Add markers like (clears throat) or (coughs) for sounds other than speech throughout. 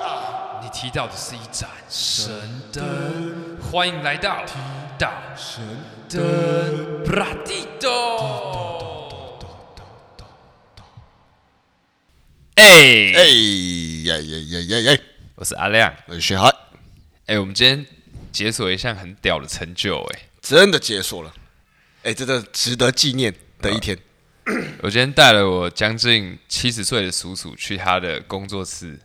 啊到的是一盏神灯，欢迎来到提到神灯布拉蒂多。哎哎呀呀呀呀呀！我是阿亮。我是雪海，哎、我们今天解锁一项很屌的成就、哎真的解锁了，哎，真的值得纪念的一天。哎，我今天带了我将近七十岁的叔叔去他的工作室，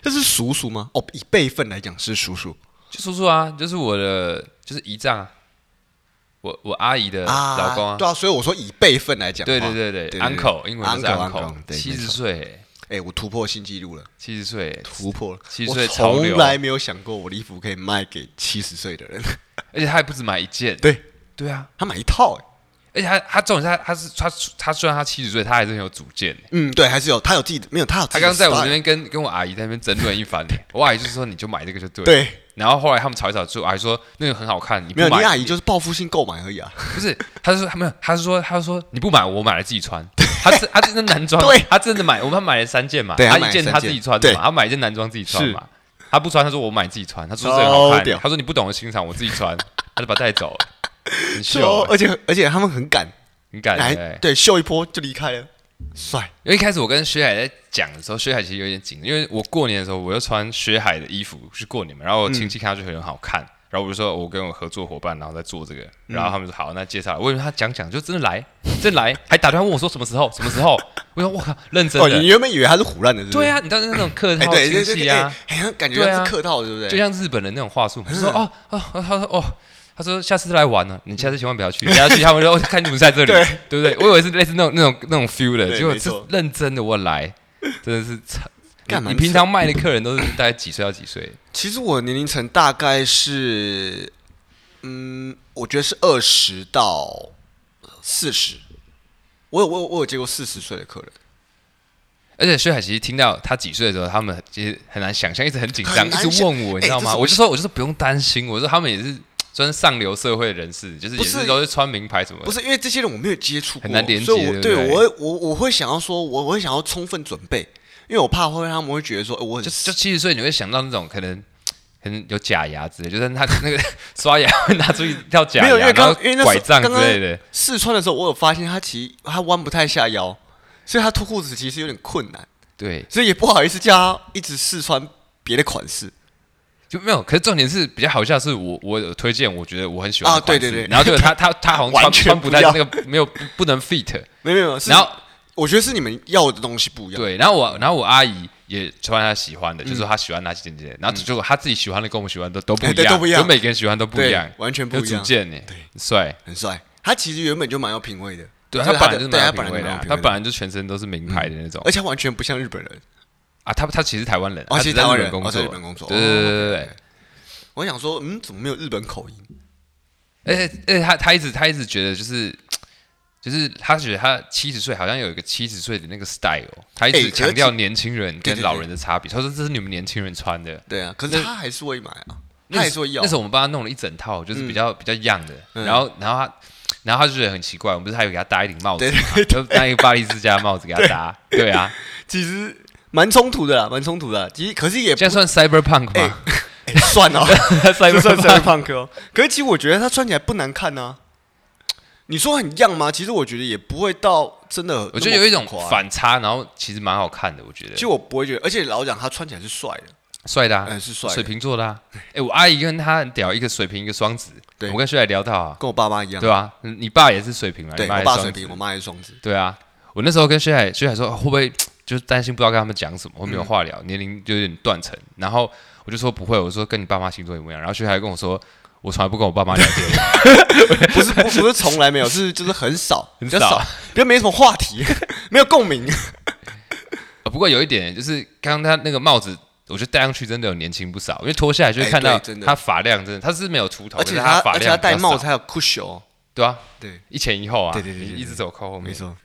这是叔叔吗？哦，以辈分来讲是叔叔就叔叔啊，就是我的，就是姨丈啊，我我阿姨的老公啊，对啊，所以我说以辈分来讲。对对对对 u n c l e 英文就是 uncle， uncle，七十。岁，哎，我突破新纪录了，七十岁，突破了。 70岁我潮流从来没有想过我的衣服可以卖给七十岁的 (laughs) 人。而且他还不止买一件，对对啊，他买一套，哎，而且他他重点是他他是他他虽然他七十岁，他还是很有主见的。嗯，对，还是有，他有自己的，没有，他有自他己的刚在我这 style 边跟跟我阿姨在那边争论一番呢，我阿姨就说你就买这个就对。。对，然后后来他们吵一吵之后，阿姨说那个很好看，你不没有，买你阿姨就是报复性购买而已 (laughs) 啊。不是，他是说没有，他是说他是说你不买我买了自己穿，他是他真的男装，对他真的买，我们买了三件嘛，对他买一了件三他件自己穿的嘛，对他买一件男装自己穿是哦嘛，他不穿，他说我买自己穿，他说这个好看超屌，他说你不懂得欣赏，我自己穿，他就把他带走了，很秀说，哎 (laughs) 欸，而且而且他们很敢，很欸感来人。对秀一波就离开了，帅。因为一开始我跟薛海在讲的时候，薛海其实有点紧，因为我过年的时候我又穿薛海的衣服去过年嘛，然后我亲戚看到就很好看，然后我就说我跟我合作伙伴然后在做这个，嗯然后他们说哦好，那介绍，我以为他讲讲就真的来，真的来，还打电话问我说什么时候什么时候，我说我靠，认真哦，你的，原本以为他是胡乱的，是不是对，啊，你当时那种客哎，套对亲对对戚对，啊哎，，好像感觉对啊像是客套，对不对？嗯就像日本人那种话术，就说哦哦，哦他说哦。他说：“下次再来玩呢、你下次千万不要 (laughs) 去，不要去。”他们说：“哦看你怎么在这里，对对不对？”我以为是类似那种那种那种 feel 的，对结果没是错认真的。我来，真的是惨。 (laughs) 干你嘛你平常卖的客人都是大概几岁到几岁？其实我的年龄层大概是，嗯，我觉得是二十到四十。我有我有我有接过四十岁的客人，而且薛海其实听到他几岁的时候，他们其实很难想象，一直很紧张，很一难直问想我，你知道哎吗？这是我就说，我就说不用担心，我说他们也是算是上流社会人士，就是也不是是都是穿名牌什么的不。是因为这些人我没有接触过，很难连接所以我对不对我会我我会想要说，我我会想要充分准备，因为我怕会他们会觉得说，哎我很就就七十岁，你会想到那种可能可能有假牙之类，就是他那个 (laughs) 刷牙会拿出一条假没有，因牙，为然刚后因为那时候拐杖刚之刚类的。试穿的时候，我有发现他其实他弯不太下腰，所以他脱裤子其实有点困难，对，所以也不好意思叫他一直试穿别的款式。就没有。可是重点是比较好笑的是我，我有推荐，我觉得我很喜欢的啊对款式对对然后就他他他好像穿完全穿不太不要那个没有不不能 fit，没有没有，是然后我觉得是你们要的东西不一样。对，然后我然后我阿姨也穿她喜嗯欢的，就说她喜欢哪几件之类的，然后结果她自己喜欢的跟我们喜欢的都不哎一对样，都不一样就每个人喜欢都不一对样，完全不有一主样见呢，对，欸帅。很帅。他其实原本就蛮有品味的，对就他是本来的就是对蛮他有本来品味蛮的有啊，品他味本的，来就全身都是名牌的那种，而且他完全不像日本人。啊，他他其实是台湾人，哦他其实在台湾日人本工哦作，在日本工作哦对对对对对我想说，嗯，怎么没有日本口音？对，而且而且他他一直他一直觉得就是就是他觉得他七十岁好像有一个七十岁的那个 style，他一哎可是直强其调年轻人对跟对老人的差别，他说这是你们年轻人穿的。对啊，可是他还是会买啊，他那还时是候会要那时。候我们帮他弄了一整套，就是比较比较样的，嗯然后然后他然后他就觉得很奇怪，我们不是还有给他搭一顶帽子对嘛，就搭一个巴黎世家的帽子给他搭，对啊，其实蛮冲突的啦，蛮冲突的啦。其实可是也 (laughs) 不现在算 cyberpunk 哎吗哎算 (laughs) 哦，这算？cyberpunk 帅胖哥哦。可是其实我觉得他穿起来不难看呐。你说很样吗？其实我觉得也不会到真的那么浮夸。我觉得有一种反差，然后其实蛮好看的，我觉得其实我不会觉得，而且老蒋他穿起来是帅的，帅的、啊，嗯，是帅的水，瓶座的、啊。哎、我阿姨跟她很屌，一个水瓶，一个双子。对我跟薛海聊到啊，跟我爸妈一样。对啊，嗯你爸也是水瓶啊，对，你妈我也爸双水子瓶，我妈也是双子。对啊，我那时候跟薛海，薛海说、哦会不会就是担心不知道跟他们讲什么，会嗯没有话聊，年龄就有点断层。然后我就说不会，我说跟你爸妈星座一模一样。然后薛海跟我说，我从来不跟我爸妈聊天， (laughs) 不是不不是从来没有，是就是很少， (laughs) 很比较少少，比较没什么话题， (laughs) 没有共 (laughs) 鸣。呃不过有一点就是刚刚他那个帽子。我觉得戴上去真的有年轻不少，因为脱下来就会哎看到对真的他发量，真的他是没有秃头，而但且是他发而且量他戴比较少帽子还有酷袖，对啊，对，一前一后啊，对对对对对一直走靠后面，错，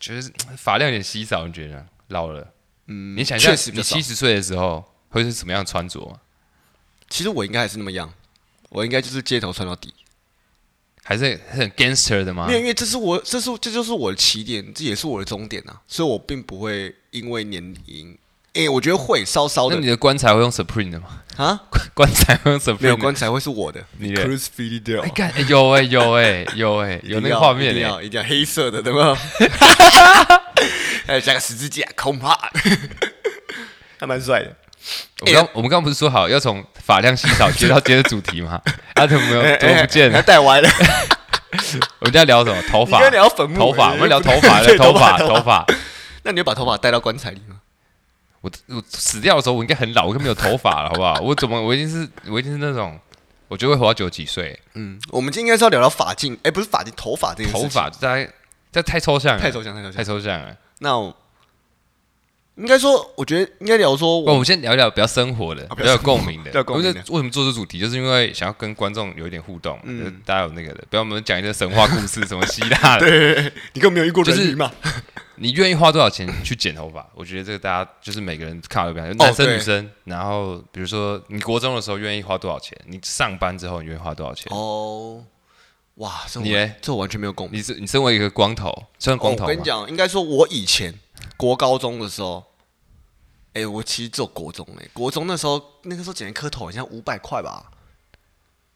觉得发量有点稀少，你觉得呢老了？嗯，你想象确实比你较少七十岁的时候会是什么样的穿着吗？其实我应该还是那么样，我应该就是街头穿到底。还是很 gangster 的吗没？有，因为这是我，这是这就是我的起点，这也是我的终点啊，所以我并不会因为年龄诶、我觉得会稍稍那的你的棺材会用 Supreme 的吗？ (laughs) 啊，棺材会用 Supreme？没有的棺材会是我的，你的 Cruz f i d e 哎，干哎有哎有哎有哎有那个画面 (laughs) 一定哎，要一定要黑色的，对吗？ (laughs) 还有加个十字架，恐怕 (laughs) 还蛮帅的。我们刚我们刚不是说好要从发量洗澡接到今天的主题吗？ (laughs) 啊，怎么没 (laughs) 有怎么不见哎他了？带歪了。我们今天聊什么？头发哎你？刚聊坟墓头发？哎我们聊头发对头发，头头发发。那你有把头发带到棺材里吗？我我死掉的时候，我应该很老，我根本没有头发了，好不好？我怎么我已经是我已经是那种，我觉得会活到九十几岁。嗯，我们今天应该是要聊聊发髻，哎，不是发髻，头发这件事头情。发大概这太抽象了，太抽象，太抽太象。抽象了。那我应该说，我觉得应该聊说那我我，们先聊一聊比较生活的、比 (laughs) 较有共鸣的。哦比较有共鸣的我觉得为什么做这主题，就是因为想要跟观众有一点互动，嗯就是大家有那个的，不要我们讲一些神话故事，什么希腊 (laughs) 的。你根本没有遇过就人是鱼 (laughs) 嘛？你愿意花多少钱去剪头发？我觉得这个大家就是每个人看到都不一样，男生哦对女生。然后比如说你国中的时候愿意花多少钱？你上班之后你愿意花多少钱？哦，哇，这你我嘞这我完全没有共鸣。你是你身为一个光头，算光头哦、吗？我跟你讲，应该说，我以前国高中的时候，哎、我其实只有国中哎、国中那时候，那个时候剪一颗头好像五百块吧，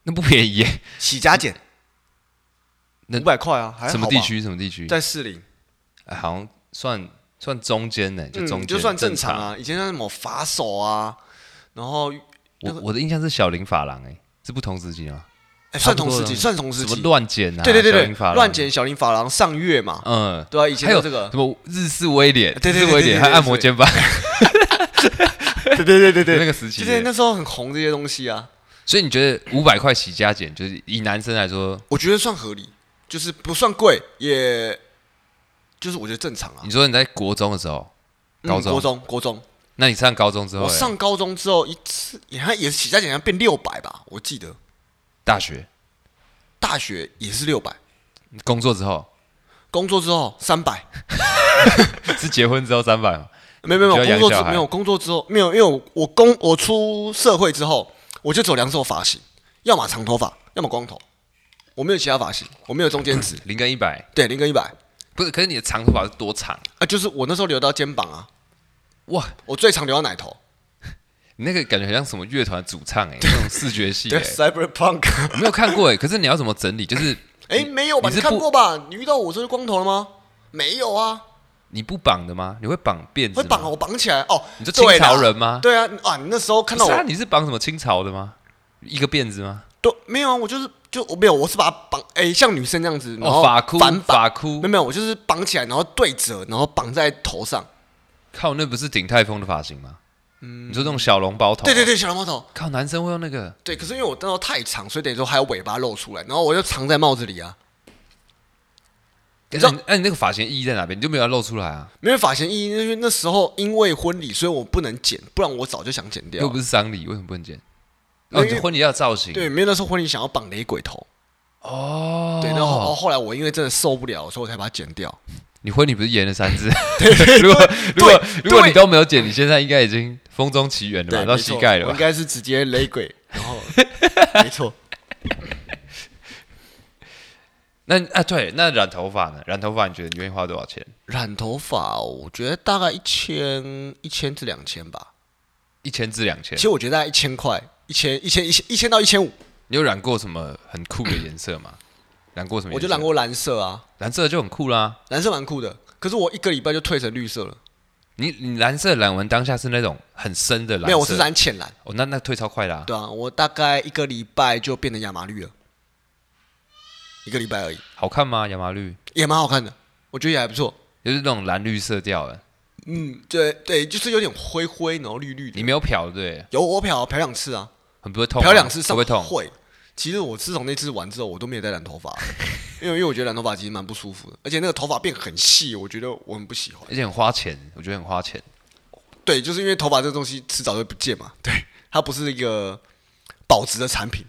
那不便宜耶。洗甲剪，那五百块啊，还好吧什么地？区？什么地区？在士林，哎好像算算中间呢，就中嗯、间、就算正常常。啊。以前像什么法手啊，然后哎、我我的印象是小林发廊，哎，是不同时期吗？哎差算不多同时期，了算同时什么期，乱剪啊？对对对小林发对，廊乱。剪小林法郎上月嘛，嗯，对啊，以前还有这个什，么日式微脸，对对对日式微对脸，对对还有按摩肩膀，对对对对 (laughs) (laughs) 那个时就。期是那时候很红这些东西啊，所以你觉得五百块洗加减，就是以男生来说，我觉得算合理，就是不算贵，也就是我觉得正常啊你。说你在国中的时候，高嗯、中国中国中，那你上高中之后我欸，上高中之后一次也还也是起价减价变六百吧，我记得大学大学也是六百，工作之后，工作之后三百，是结婚之后三百吗？没有没有就要工养作之小孩没有工作之后没有，因为我我工我出社会之后我就走两种发型，要么长头发，要么光头，我没有其他发型，我没有中 (laughs)，间值零跟一百，对零跟一百不是？可是你的长头发是多长？啊，就是我那时候留到肩膀啊，哇，我最长留到奶头，你那个感觉很像什么乐团主唱哎、欸，那种视觉系、对啊欸， cyberpunk， (laughs) 我没有看过哎、欸。可是你要怎么整理？就是哎没有吧？你你是看不过吧？你遇到我这是光头了吗？没有啊。你不绑的吗？你会绑辫子吗？会绑我绑起来哦。你是清对啦朝人吗对啊，啊，你那时候看不到是啊，我，你是绑什么清朝的吗？一个辫子吗？对，没有啊，我就是就我没有，我是把它绑，哎，像女生这样子，然哦，后发箍，反绑，发没箍有，没有，我就是绑起来，然后对折，然后绑在头上。靠，那不是鼎泰丰的发型吗？你说那种小笼包头？嗯啊对对，对，小蓝猫头。靠，男生会用那个，对，可是因为我那时候太长，所以等于说还有尾巴露出来，然后我就藏在帽子里啊。可知是道哎你那、你那个发型意义在哪边？你就没有要露出来啊？没有发型意义，因为那时候因为婚礼，所以我不能剪，不然我早就想剪掉又了。不是丧礼，为什么不能剪？因哦，为你婚礼要造型。对，没有那时候婚礼想要绑雷鬼头，哦，对，然后后后来我因为真的受不了，所以我才把它剪掉。你婚礼不是延了三 (laughs) 次？如果如果如果你都没有剪，你现在应该已经风中奇缘了吧？对，到没错膝盖了我吧应？该是直接雷鬼，然 (laughs) 后没错，那啊，对，那染头发呢？染头发你觉得你愿意花多少钱？染头发，哦我觉得大概一千一千至两千吧。一千至两千其。实我觉得大概一千块，一千一千一千一千到一千五，你有染过什么很酷的颜色吗？ (coughs) 染过什么？我就染，过蓝色啊，蓝色就很酷啦。蓝色蛮酷的。可是我一个礼拜就退成绿色了，你你蓝色染完当下是那种很深的蓝色，没有，我是染浅蓝。哦，那那退超快啦、对啊，我大概一个礼拜就变成亚麻绿了，一个礼拜而已，好看吗？亚麻绿也蛮好看的，我觉得也还不错。就是那种蓝绿色调的，嗯，对对，就是有点灰灰，然后绿绿的你。没有漂对不对，有我漂漂两次啊，很不会痛吗，漂两次会上不会痛？会。其实我自从那次玩之后，我都没有再染头 (laughs) 发了，因为因为我觉得染头发其实蛮不舒服的，而且那个头发变很细，我觉得我很不喜欢。而且很花钱，我觉得很花钱。对，就是因为头发这个东西迟早会不见嘛，对，它不是一个保值的产品。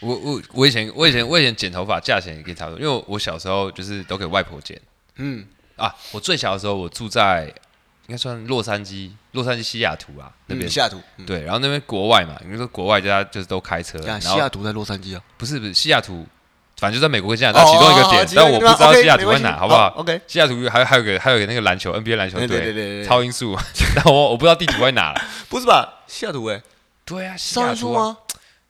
我我我以前我以前我以前剪头发价钱也跟你差不多，因为我小时候就是都给外婆剪嗯，啊。我最小的时候我住在应该算洛杉矶，洛杉矶西雅图啊那边嗯、西，雅图，嗯，对，然后那边国外嘛，因为说国外大家就是都开车，啊，然西后雅图在洛杉矶啊，不是不是西雅图反正就在美国跟西雅啊哦图其中一个点，但我不知道西雅图在哪，好不好？ ？OK，西雅图还有还有个还有个那个篮球 NBA 篮球哦对对对对队，对超音速， (laughs) 但我我不知道地图在哪了。不是吧？西雅图哎，对啊，西上雅一图说啊，吗？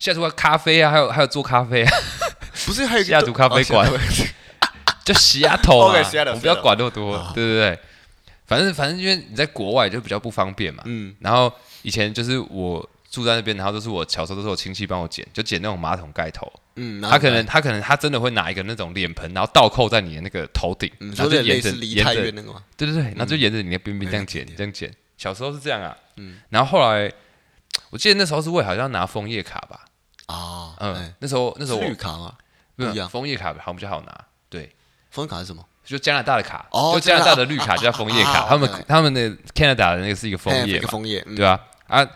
西雅图啊咖啡啊，还有还有做咖啡啊， (laughs) 不是还有一个西雅图咖啡馆哦西雅图叫西雅图 OK，啊，西雅图哦我们不要管那么多，对对对。反正反正因为你在国外就比较不方便嘛， (laughs) 嗯，然后以前就是我住在那边，然后都是我小时候都是我亲戚帮我剪，就剪那种马桶盖头，嗯，然后他可能他可能他真的会拿一个那种脸盆，然后倒扣在你的那个头顶，嗯，然有后啊就点沿类着似梨沿泰着院那个吗？对对对，然后就嗯沿着你的哎边边这样剪，这样剪。小时候是这样啊，嗯，然后后来我记得那时候是为好像拿枫叶卡吧，啊，嗯嗯，，那时候那时是候我绿卡啊，不不一样枫叶卡好像比较好拿，对，枫卡是什么？就加拿大的卡，哦就加拿大的绿卡就叫枫叶加拿卡，大他们啊他们的 Canada 的那个是一个枫哎叶一个嘛，枫叶，嗯对吧？啊，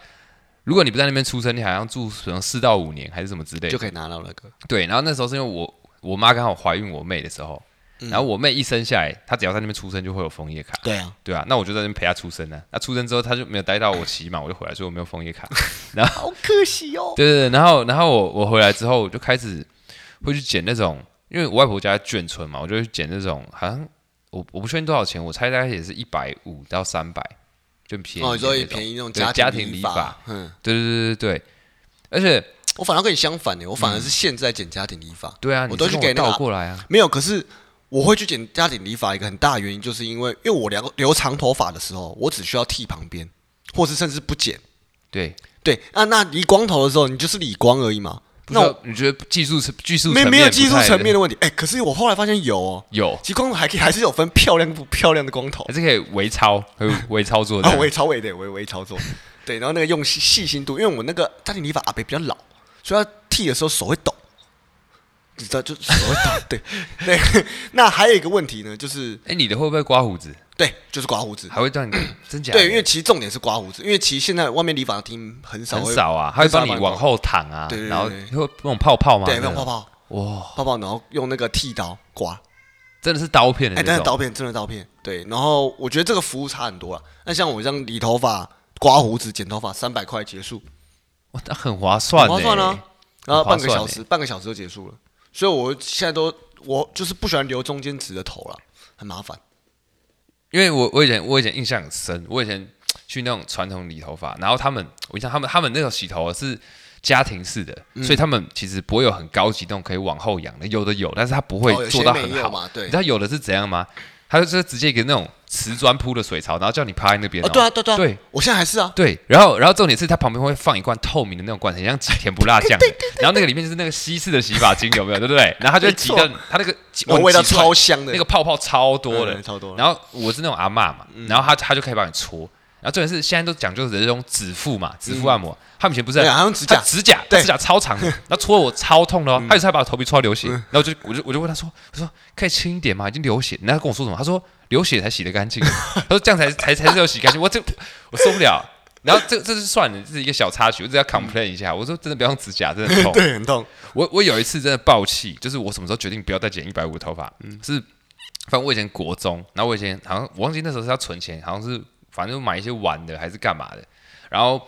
如果你不在那边出生，你好像住可能四到五年还是什么之类的就，可以拿到那个。对，然后那时候是因为我我妈刚好怀孕我妹的时候，嗯然后我妹一生下来，她只要在那边出生就会有枫叶卡，对啊，对啊，那我就在那边陪她出生呢、那出生之后，她就没有待到我骑马，我就回来，所以我没有枫 (laughs) 叶卡。好可惜哦。对对对，然后然后我我回来之后，我就开始会去捡那种，因为我外婆家在眷村嘛，我就会去捡那种，好像我我不确定多少钱，我猜大概也是一百五到三百，就很便宜。哦，你说也宜。便宜那种对家家庭礼礼法法，嗯，对对对对对，而且我反而跟你相反的，欸我反而是现在剪家庭礼法，对啊，我你都是去跟给那个倒过来啊，没有，可是我会去剪家庭理发，一个很大的原因就是因为，因为我留留长头发的时候，我只需要剃旁边，或是甚至不剪。对，对啊，那理光头的时候，你就是理光而已嘛。不知那我道你觉得技术层技术没层没有面技不术太层面的问题。哎、可是我后来发现有哦，有，其实光头还可以还是有分漂亮不漂亮的光头还是可以微操，可以微操作 (laughs) 的啊，。我也超伟的，我也我也操作。 (laughs) 对，然后那个用细细心度，因为我那个家庭理发阿伯比较老，所以他剃的时候手会抖，你知道就手会抖。对对， (laughs) 那还有一个问题呢，就是哎、你的会不会刮胡子？对，就是刮胡子。还会让你 (coughs) 真假的？对，因为其实重点是刮胡子，因为其实现在外面理发厅很少很会少啊，他会帮你很少往后躺啊，对对对然后对会有那种泡泡吗？对，那没有种泡，泡哇，泡泡，然后用那个剃刀刮，真的是刀片的哎，真那的种。刀片，真的刀片，对。然后我觉得这个服务差很多了。那像我这样理头发、刮胡子、剪头发，三百块结束，哇，那很划算，欸划算啊。。然后半个很划算小时，半个小时就结束了。所以我现在都我就是不喜欢留中间直的头了，很麻烦。因为我我以前我以前印象很深，我以前去那种传统理头发，然后他们我印象他们他们那种洗头是家庭式的，嗯所以他们其实不会有很高级那种可以往后仰的，有的有，但是他不会哦有些做到没很有好。嘛对你知道有的是怎样吗？他就是直接一个那种瓷砖铺的水槽，然后叫你趴在那边、啊，对啊，对啊对啊，对我现在还是啊，对，然后然后重点是它旁边会放一罐透明的那种罐子，很像挤甜不辣酱的。然后那个里面就是那个西式的洗发精，有没有？对不对？然后它就会挤到没它那个挤那味道挤出来超香的那个泡泡超多的嗯，超多的嗯然后我是那种阿嬷嘛，然后他他就可以帮你搓。然后重点是现在都讲究的是用指腹嘛，指腹按摩。他们以前不是嗯对啊还用指甲他指甲，对嗯指甲超长的， (laughs) 然后戳我超痛的哦。他有时候还把我头皮戳到流血，然后我就我就我就问他说，我说可以轻一点吗？已经流血。然后他跟我说什么？他说流血才洗得干净，他说这样才 (laughs) 才才是有洗干净。我这我受不了。然后这这是算了，这是一个小插曲，我只要 complain 一下。我说真的不要用指甲，真的很痛。对，很痛。我我有一次真的爆气，就是我什么时候决定不要再剪一百五的头发，是反正我以前国中，然后我以前好像我忘记那时候是要存钱，好像是反正买一些玩的还是干嘛的，然后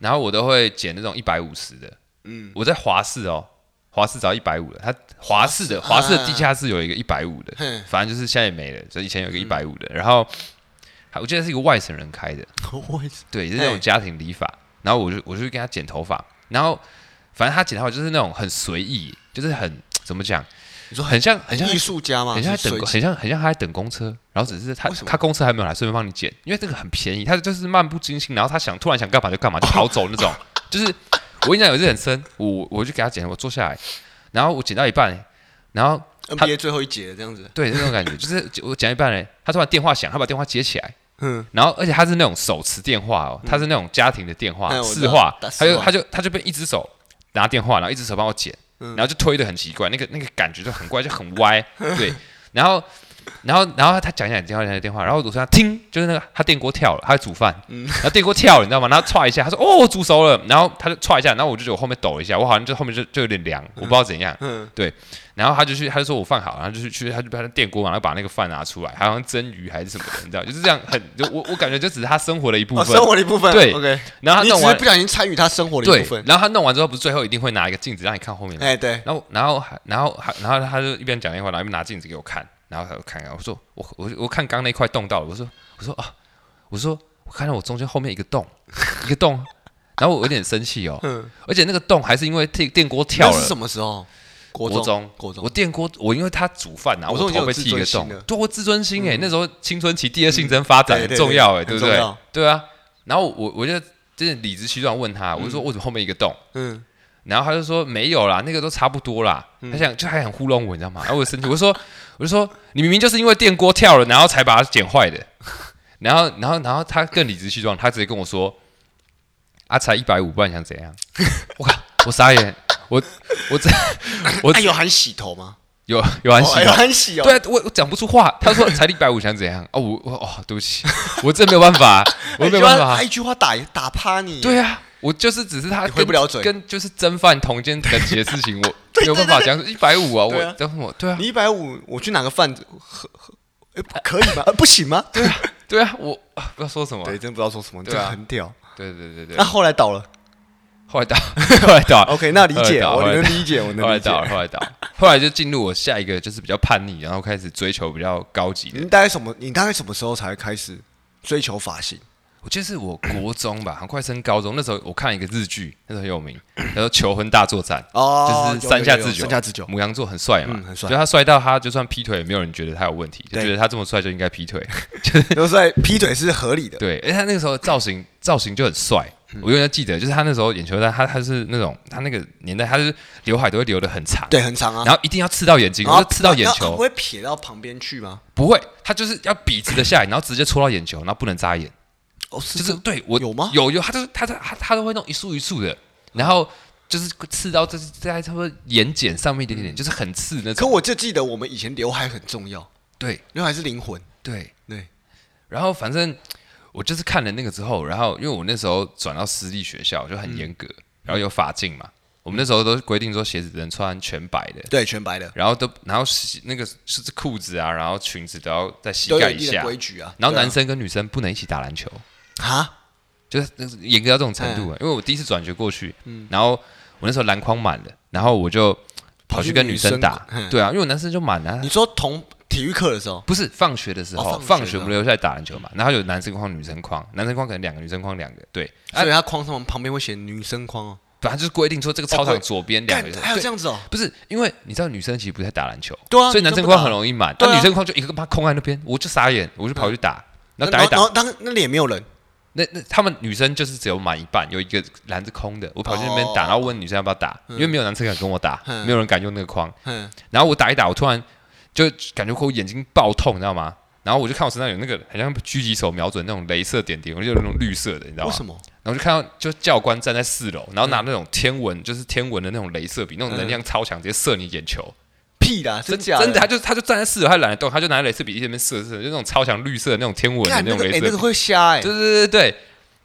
然后我都会剪那种一百五十的，嗯，我在华视哦，华视只要一百五了，它华视的华视的地下室有一个一百五的，哼反正就是现在也没了，所以以前有一个一百五的，然后还我记得是一个外省人开的，我也是，对，就是那哎种家庭理发。然后我就我就给他剪头发，然后反正他剪头发就是那种很随意，就是很怎么讲，你说很很像很像艺术家嘛，很像是在水等公很像很像他在等公车，然后只是他为什么他公车还没有来，顺便帮你剪，因为这个很便宜，他就是漫不经心，然后他想突然想干嘛就干嘛就跑走那种， (laughs) 就是我印象有一次很深，我我就给他剪，我坐下来，然后我剪到一半，然后 NBA 最后一节这样子，对那种感觉，就是我讲一半嘞，他突然电话响，他把电话接起来，嗯，然后而且他是那种手持电话哦，他是那种家庭的电话哎，我知市道话打，他市就话他就他就被一只手拿电话，然后一只嗯 (laughs) 手帮我剪，然后就推的很奇怪，那个那个感觉就很怪，就很歪，对，然后然后然后他讲一讲电话讲一讲电话，然后我说他听，就是那个他电锅跳了，他在煮饭，嗯然后电锅跳了，你知道吗？然后歘一下，他说哦我煮熟了，然后他就歘一下，然后我就觉得我后面抖了一下，我好像就后面就就有点凉，我不知道怎样，嗯，对，然后他就去，他就说我饭好，然后就去去，他就把他电锅，然后把那个饭拿出来，好像蒸鱼还是什么的，你知道，就是这样很，就我我感觉就只是他生活的一部哦，分。生活的一部分，对，OK，然后他你只弄是完不，小心参与他生活的一对部，分，然后他弄完之后，不是最后一定会拿一个镜子让你看后面吗？哎，对，然后然后还然后还然后他就一边讲电话，然后一边拿镜子给我看，然后他就看看，我说我我我看刚那块洞到了，我说我说啊，我说我看到我中间后面一个洞， (laughs) 一个洞，然后我有点生气哦，嗯，而且那个洞还是因为电电锅跳那了是。什么时候？国国中中，，国中我，电锅，我因为他煮饭啊，我我说你头有被自剃一个尊洞心的，对我自尊心哎，那时候青春期第二性征发展嗯对很对重要哎，对很对不重对要？对啊，然后我我就真的理直气壮问他，我就说为什么后面一个洞？嗯，然后他就说没有啦，那个都差不多啦。他想就还想糊弄我，你知道吗？ (laughs) 然后我就生气，我就说我就说你明明就是因为电锅跳了，然后才把它剪坏的。 (laughs) 然后然后然后他更理直气壮，他直接跟我说啊，才一百五，不然想怎样？ (laughs) 我靠，我傻眼，我我这我哎，有含洗头吗？有有安息哦有吗？含洗哦，对啊，我我讲不出话。他说才一百五，想怎样？哦，我我哦，对不起， (laughs) 我真没有办法，我哎，一没句有话，办法他。一句话打打趴你，啊对啊，我就是只是他你跟回不了嘴跟就是蒸饭同间等级的事情， (laughs) 我没有办法讲一百五啊，对啊我等我对啊你一百五，我去拿个饭喝喝，哎，可以吗？ (laughs) 呃不行吗？对对啊，我啊不知道说什么，对，对真不知道说什么，这对啊个很屌。对对对那对，后来倒了后来打 (laughs) 后来打，OK，那理解，后我来能倒理解，我后 (laughs) 能来理解。打后来打，后来就进入我下一个就是比较叛逆，然后开始追求比较高级的你，大概什么？你大概什么时候才开始追求发型？我记得是我国中吧，很快升高中那时候，我看一个日剧，那时候很有名，叫做《求婚大作战》。哦，就是有三下有有智久，三下智久。母羊座很帅嘛，嗯很帅就他帅到他就算劈腿，也没有人觉得他有问题，就对觉得他这么帅就应该劈腿。有时候劈腿是合理的，嗯对，而且他那个时候的造型造型就很帅，我永远记得，就是他那时候眼球蛋，他他是那种他那个年代，他是刘海都会留得很长，对，很长啊。然后一定要刺到眼睛，然后就刺到眼然后不球，会撇到旁边去吗？不会，他就是要笔直的下来，然后直接戳到眼球，然后不能眨眼。哦，是就是对我有吗有有，他就是他他他他都会弄一束一束的，然后就是刺到就是在差不多眼睑上面一点点，就是很刺那嗯可种。我就记得我们以前刘海很重要，对刘海是灵魂。对，对，然后反正我就是看了那个之后，然后因为我那时候转到私立学校就很严格，嗯然后有法禁嘛，我们那时候都规定说鞋子只能穿全白的，对，全白的，然后都然后是那个是裤子啊，然后裙子都要在膝都有盖一以定的下，规矩啊。然后对啊男生跟女生不能一起打篮球。啊，嗯就是那是严格到这种程度啊！因为我第一次转学过去，然后我那时候篮筐满了，然后我就跑去跟女生跑打去女生嗯，对啊，因为我男生就满了你。说同体育课的时候，不是放学的时哦候，放学放学的不留下来打篮球嘛？然后有男生框、女生框，男生框可能两个，女生框两个，对。啊所以，他框上旁边会写女生框哦。反正就是规定说这个操哦场左边两干个，人，还有对这样子哦。不是因为你知道女生其实不太打篮球，对啊所以男生框很容易满，对啊但女生框就一个妈空在那边，我就傻眼，我就跑去打，然后打一打然，后然后当那里也没有人，那那他们女生就是只有满一半，有一个篮子空的，我跑去那边打，哦然后问女生要不要打，因为没有男生敢跟我打，嗯没有人敢用那个框。嗯，然后我打一打，我突然就感觉我眼睛爆痛，你知道吗？然后我就看我身上有那个很像狙击手瞄准那种镭射点点，我就有那种绿色的，你知道为吗？什么？嗯然后就看到就教官站在四楼，然后拿那种天文就是天文的那种镭射笔，那种能量超强，直接射你眼球。屁啦，真假真的，他的？就他就站在四楼，他懒得动，他就拿镭射笔一直在那边射射，就那种超强绿色的那种天文的干那那种个镭哎，射那笔个。会瞎哎对。对对对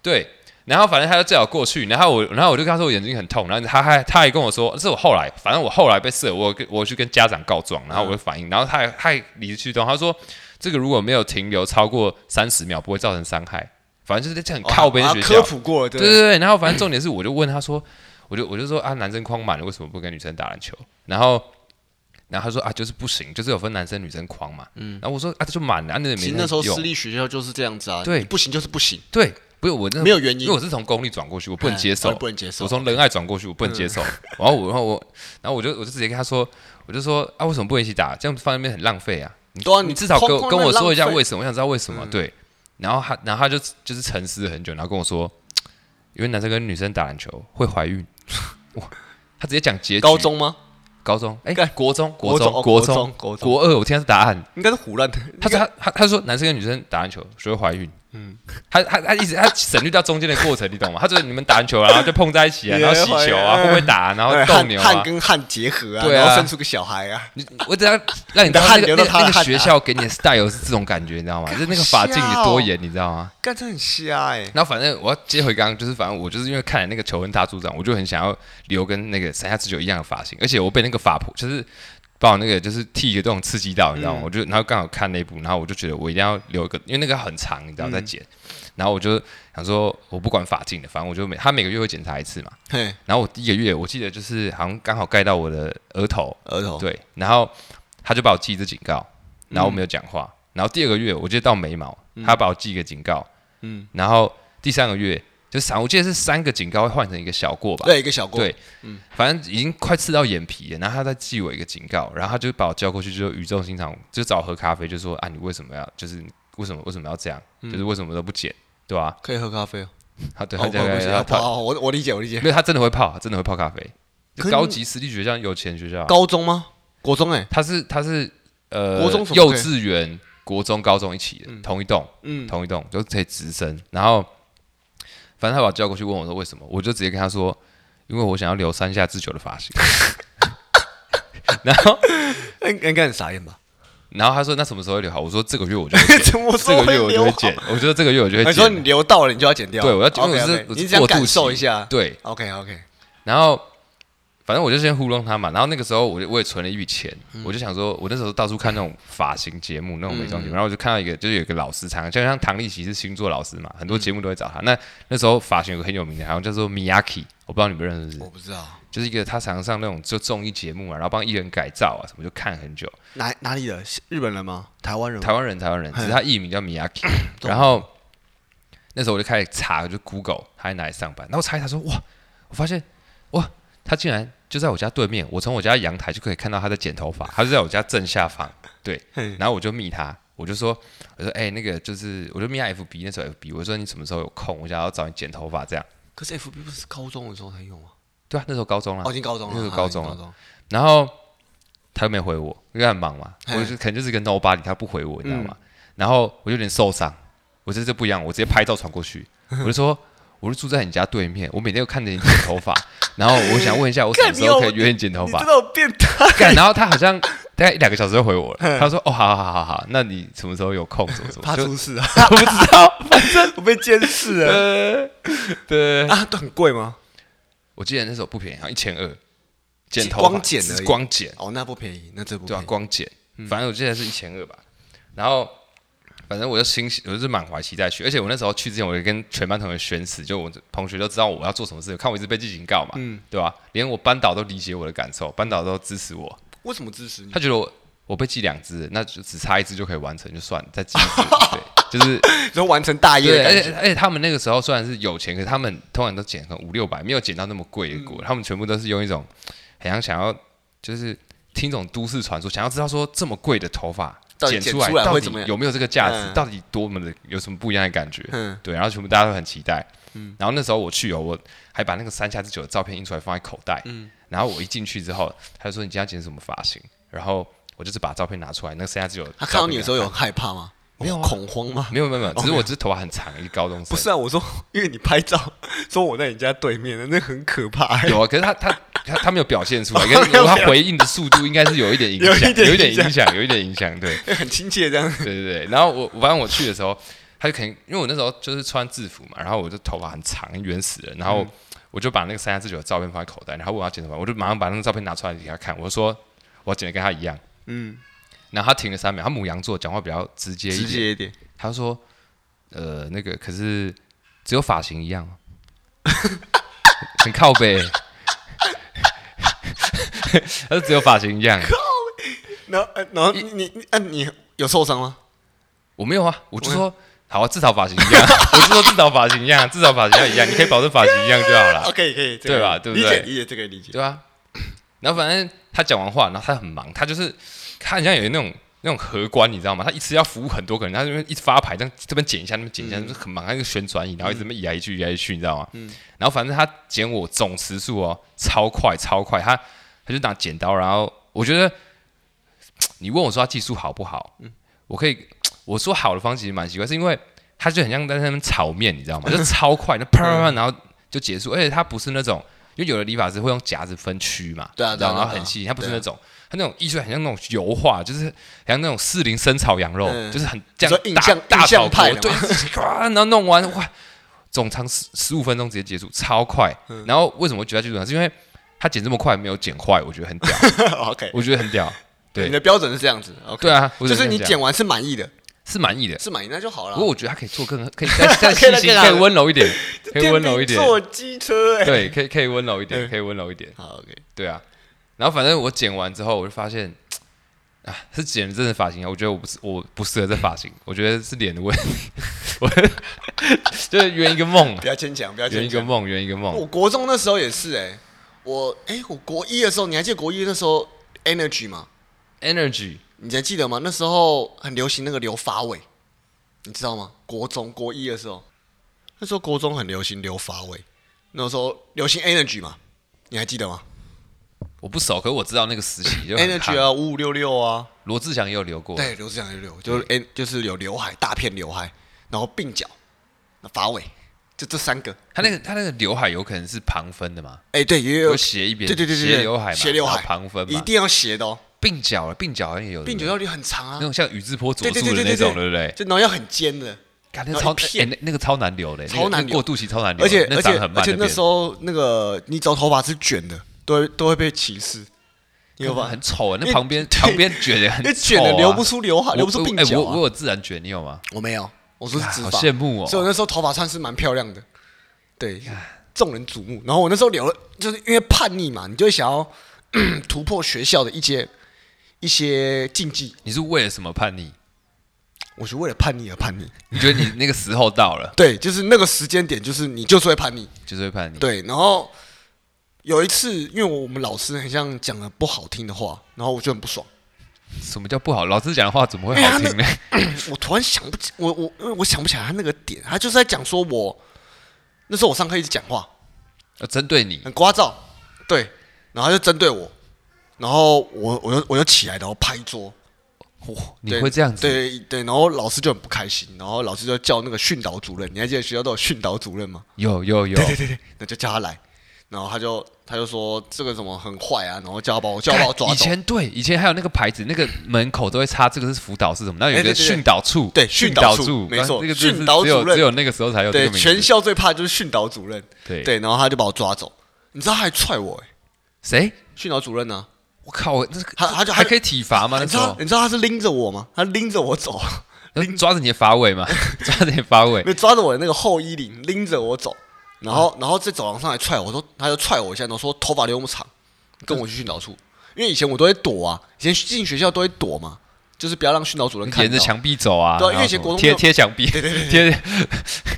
对。然后反正他就叫我过去，然后我，然后我就跟他说我眼睛很痛，然后他还他还跟我说，这是我后来，反正我后来被射，我跟我去跟家长告状，然后嗯我就反映，然后他还他还理直气壮，他说这个如果没有停留超过三十秒，不会造成伤害，反正就是这很哦靠边啊学校，科普过了，对对对对，对，然后反正重点是，我就问他说，我就我就说啊，男生框满了，为什么不跟女生打篮球？然后然后他说啊，就是不行，就是有分男生女生框嘛，嗯，然后我说啊，这就满了，啊那也没其实人那时候用私立学校就是这样子啊，对你不行就是不行，对，不是我真的没有原因因为我是从公立转过去，我不能接受，哎不能接受嗯我从仁爱转过去，我不能接受。然后我，然后我，然后我就我就直接跟他说，我就说啊，为什么不能一起打？这样放在那边很浪费啊。你对啊你你至少跟哐哐我跟我那说一下浪费嗯为什么，我想知道为什么。对，然后他，然后他就就是沉思了很久，然后跟我说，因为男生跟女生打篮球会 (laughs) 怀孕。哇，他直接讲结局。高中吗？高中，哎干，国中，国中中，哦国国中中，国中国二，我听他是答案。应该是胡乱的。他说他他他说男生跟女生打篮球谁会怀孕？嗯他他他一直他省略掉中间的过程，你懂吗？他就是你们打篮球，然后就碰在一起啊，然后洗球啊，嗯会不会打，然后哎斗汗牛汗啊。跟汗结合啊，对啊然后生出个小孩啊，你我只要让你知道那你的汗个流那到个他的那个汗啊学校给你的 style 是这种感觉，你知道吗？就是那个法镜有多严，你知道吗？干这很瞎哎，然后反正我要接回刚刚，就是反正我就是因为看了那个求婚大助长，我就很想要留跟那个山下智久一样的发型，而且我被那个发婆就是把我那个就是剃的这种刺激到，你知道吗？我就然后刚好看那部，然后我就觉得我一定要留一个，因为那个很长，你知道在剪，然后我就想说我不管发镜的，反正我就每他每个月会检查一次嘛，嘿，然后我第一个月我记得就是好像刚好盖到我的额头，额头，对，然后他就把我记一支警告，然嗯后我没有讲话。然后第二个月，我记得到眉毛，他把我记一个警告，嗯嗯，然后第三个月就三，我记得是三个警告会换成一个小过吧，对，一个小锅，对，反正已经快刺到眼皮了，然后他再寄我一个警告，然后他就把我叫过去，就语重心长，就找我喝咖啡，就说啊，你为什么要，就是为什么为什么要这样，就是为什么都不剪，对吧、可以喝咖啡哦。他嗯对哦他不这样不行他啊不他好，我我理解我理解。没有，他真的会泡，他真的会泡咖啡，可是高级私立学校有钱学校，啊高中吗？国中哎，他是他是呃，国中什么幼稚园、国中、高中一起的，同一栋，嗯，同一栋，就是可以直升。然后，反正他把我叫过去问我说为什么，我就直接跟他说，因为我想要留山下智久的发型。 (laughs) 然后，应应该很傻眼吧？然后他说那什么时候会留好？我说这个月我 (laughs) 就会剪，怎么这说个会月我就留会好？剪，我觉得这个月我就会你说你剪。留到了，你就要剪掉。对，我要剪，因为我 OK，OK，是我你只是想过渡感受期一下。对， OK OK，然后反正我就先糊弄他嘛，然后那个时候我就我也存了一笔钱，嗯我就想说，我那时候到处看那种发型节目、那种美妆节嗯目，然后我就看到一个，就是有一个老师常常，就像唐立奇是星座老师嘛，很多节目都会找嗯他。那那时候发型有个很有名的，好像叫做 Miyaki，我不知道你们认识不我是，不知道就是一个他常常上那种就综艺节目啊，然后帮艺人改造啊什么，就看很久。哪哪里的日本人吗？台湾人吗？台湾人，台湾人，嘿。只是他艺名叫 Miyaki 懂然后那时候我就开始查，就 Google 他在哪里上班。然后我查一查说，哇，我发现哇，他竟然就在我家对面，我从我家阳台就可以看到他在剪头发，他就在我家正下方。对嘿，然后我就密他，我就说，我说哎、那个就是，我就密他 FB 那时候 FB，我说你什么时候有空，我想要找你剪头发这样。可是 FB 不是高中的时候才有吗？对啊，那时候高中啊哦，已，经高中了，那是啊高中已了经中然后他又没回我，因为他很忙嘛，嘿嗯我就是可能就是个 nobody，他不回我，你知道吗？然后我就有点受伤，我这次不一样，我直接拍照传 (laughs) 过去，我就说。我就住在你家对面，我每天都看着你剪头 (laughs) 发，然后我想问一下，我什么时候可以约你剪头你发真？的有变态？干，然后他好像大概一两个小时就回我了，他说：“哦，好好好好好，那你什么时候有空？什么什么？”嗯怕就出事 (laughs) 啊！我不知道。 (laughs) 我被监视了对，啊！都很贵吗？我记得那时候不便宜，好像一千二，剪头光发剪只是而已光剪，哦，那不便宜，那这不对便啊，宜。光剪，反正我记得是一千二吧。然后反正我就欣喜，我就是满怀期待去，而且我那时候去之前，我就跟全班同学宣誓，就我同学都知道我要做什么事，看我一直被记警告嘛，对吧、连我班导都理解我的感受，班导都支持我，为什么支持你？他觉得我我被记两只，那就只差一只就可以完成，就算了，再记一只，对，就是能完成大业对，的而感且觉。而且他们那个时候虽然是有钱，可是他们通常都捡个五六百，没有捡到那么贵嗯的果，他们全部都是用一种很像想要就是听这种都市传说，想要知道说这么贵的头发到底剪剪出来出来到会底怎么样有没有这个价值，嗯到底多么的有什么不一样的感觉？嗯，对，然后全部大家都很期待。然后那时候我去哦，我还把那个三下之九的照片印出来放在口袋。嗯然后我一进去之后，他就说你今天要剪什么发型？然后我就是把照片拿出来，那个三下之九的他看到照片你给的时候他有很害怕 (laughs) 吗？没有啊恐慌吗？没有没有没有，只是我只是头发很长，一个高中生。不是啊，我说， (laughs) 因为你拍照说我在你家对面的，那很可怕 (laughs) 欸。有啊，可是他他他他没有表现出 (laughs) 来，哦跟没有他表回应的速度应该是有一点影有一响，点有一点影响影响， (laughs) 有一点影响，对很亲切这样。对对对。然后我我反正我去的时候，他就肯定，因为我那时候就是穿制服嘛，然后我就头发很长，原始人，然后嗯我就把那个三下四九的照片放在口袋，然后问他剪头发，我就马上把那个照片拿出来给他看，我就说我要剪的跟他一样。嗯，然后他停了三秒，他母羊座讲话比较直接一直点，接一点。他说呃那个可是只有发型一样哦， (laughs) 很靠背。 (laughs) 他说只有发型一样，然后，呃然后你你你，啊，你有受伤吗？我没有啊，我就说好啊，至少发型一样， (laughs) 我是说至少发型一样，至少发型要一样，你可以保证发型一样就好了，啊，可以可以，这个对吧对不理解对理解，这个 (laughs) 理解。对啊。 (coughs) 然后反正他讲完话，然后他很忙，他就是他好像有那种那种荷官，你知道吗？他一次要服务很多个人，他这边一直发牌，这样这边剪一下，那边剪一下，就是很忙，他那个旋转椅，然后一直这么移来移去，移来移去，你知道吗？然后反正他剪我总时速哦，超快超快，他他就拿剪刀，然后我觉得嗯你问我说他技术好不好，我可以我说好的方式其实蛮奇怪，是因为它就很像在那边炒面，你知 (laughs) 道吗？就超快，就啪啪啪，然后就结束。而且它不是那种，因为有的理发师会用夹子分区嘛，对啊对啊然后对啊很细，它不是那种，它那种艺术很像那种油画，就是很像那种士林生炒羊肉，嗯就是很这你样说印大象大印象炒锅派的对，咵 (laughs) 然后弄完哇，总长十十五分钟直接结束，超快。嗯然后为什么我觉得它结束呢？是因为它剪这么快没有剪坏，我觉得 (laughs) 很屌，哦 OK，我觉得很屌。你对的标准是这样子。OK，对啊，我就是你这样剪完是满意的，是满意的，是满意那就好了不。过我觉得他可以做更可以再再细 (laughs) 可以再心，更好可以温柔一点，可以温柔一电点瓶，坐机车，哎，对，可以可以温柔一点，嗯可以温柔一点，好 OK，对啊。然后反正我剪完之后，我就发现，啊，是剪了真的发型啊，我觉得我不是我不适合这发型，我觉得是脸的问题， (laughs) 我就是圆一个梦啊不，要牵强，不要圆一牵个强。梦，圆一个梦我，国中那时候也是哎、我哎、我国一的时候，你还记得国一那时候 Energy 吗？ ，energy，你还记得吗？那时候很流行那个留发尾，你知道吗？国中国一的时候，那时候国中很流行留发尾，那时候流行 Energy 嘛，你还记得吗我不熟，可是我知道那个时期就很？Energy 夯啊，五五六六啊，罗志祥也有留过，对，刘志祥就留，就是哎，就是有刘海，大片刘海，然后鬓角、发尾，就这三个。他那个他那个刘海有可能是旁分的嘛，哎、对，也有有斜一边，对对对对对斜刘海嘛，斜刘海然后旁分一嘛，定要斜的哦，鬓角啊，鬓角好像也有，对鬓不角对要留很长啊那，种像宇智波佐对助对对的对那对种，对不对？就然后要很尖的，看那然后超一片哎那那个超难留的，超难那个留过渡期超难留，而且那而且长很慢而且那边时候那个你只要头发是卷的，都会都会被歧视，你有根本吧很？丑啊，那因为 (laughs) 旁边旁边卷的很因丑为卷啊，的留不出刘海，我，留不出鬓角、我哎我我啊。有自然卷，你有吗？我没有，我说是啊直好发，羡慕所以我哦，啊那时候头发算是蛮漂亮的，对，众人瞩目。然后我那时候留了，就是因为叛逆嘛，你就会想要 (clears throat) 突破学校的一些一些禁忌。你是为了什么叛逆？我是为了叛逆而叛逆，你觉得你那个时候到了，对，就是那个时间点，就是你就是会叛逆，就是会叛逆，对。然后有一次，因为我们老师很像讲了不好听的话，然后我就很不爽。什么叫不好？老师讲的话怎么会好听呢？我突然想不起，我我因为我想不起来他那个点，他就是在讲说我那时候我上课一直讲话，呃针对你，很聒噪，对，然后他就针对我，然后我我就我就起来，然后拍桌，哇，你对会这样子？对对，然后老师就很不开心，然后老师就叫那个训导主任，你还记得学校都有训导主任吗？有有有，对对对，那就叫他来，然后他就他就说这个怎么很坏啊，然后叫他把我叫他把我抓走，以前对，以前还有那个牌子，那个门口都会插这个是辅导是什么，那有一哎对个对对训导处，对训训导处处，没刚错这个字是训导只有主任只有那个时候才有这对个，名字。全校最怕就是训导主任，对对，然后他就把我抓走，你知道他还踹我、欸，谁？训导主任呢、我靠，我这个他他就还可以体罚吗？那你知时道候你知道他是拎着我吗？他拎着我走，那抓着你的发尾嘛， (laughs) 抓着你的发尾，没有抓着我的那个后衣领，拎着我走，然后、嗯然后在走廊上来踹我，说他就踹我一下，然后说头发留那么 (laughs) 长，跟我去训导处，因为以前我都会躲啊，以前进学校都会躲嘛，就是不要让训导主任看沿到着，墙壁走啊，对啊然因后为以前什么国中没贴有贴墙壁，贴